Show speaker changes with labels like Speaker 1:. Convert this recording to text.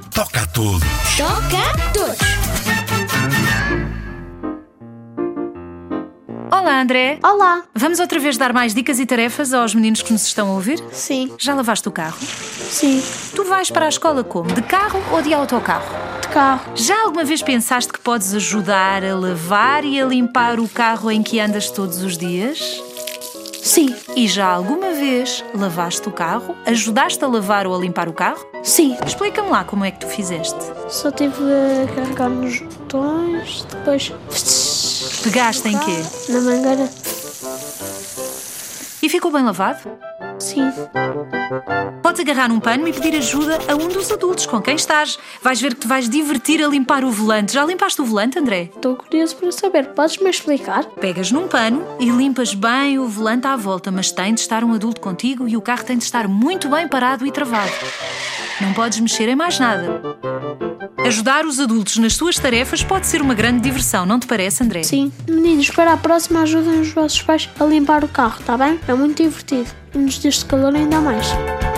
Speaker 1: tudo.
Speaker 2: Toca todos.
Speaker 3: Olá, André.
Speaker 2: Olá.
Speaker 3: Vamos outra vez dar mais dicas e tarefas aos meninos que nos estão a ouvir?
Speaker 2: Sim,
Speaker 3: Já lavaste o carro?
Speaker 2: sim.
Speaker 3: Tu vais para a escola como? De carro ou de autocarro?
Speaker 2: De carro.
Speaker 3: Já alguma vez pensaste que podes ajudar a lavar e a limpar o carro em que andas todos os dias?
Speaker 2: Sim,
Speaker 3: E já alguma vez lavaste o carro? Ajudaste a lavar ou a limpar o carro?
Speaker 2: sim.
Speaker 3: Explica-me lá como é que tu fizeste.
Speaker 2: Só tive a carregar nos botões, depois
Speaker 3: Pegaste em quê?
Speaker 2: na mangueira.
Speaker 3: E ficou bem lavado?
Speaker 2: Sim,
Speaker 3: Podes agarrar um pano e pedir ajuda a um dos adultos com quem estás. Vais ver que te vais divertir a limpar o volante. Já limpaste o volante, André?
Speaker 2: estou curioso para saber. Podes-me explicar?
Speaker 3: Pegas num pano e limpas bem o volante à volta, mas tem de estar um adulto contigo e o carro tem de estar muito bem parado e travado. Não podes mexer em mais nada. Ajudar os adultos nas suas tarefas pode ser uma grande diversão, não te parece, André?
Speaker 2: Sim. Meninos, para a próxima tá ajudem os vossos pais a limpar o carro, está bem? É muito divertido. E nos dias de calor ainda mais.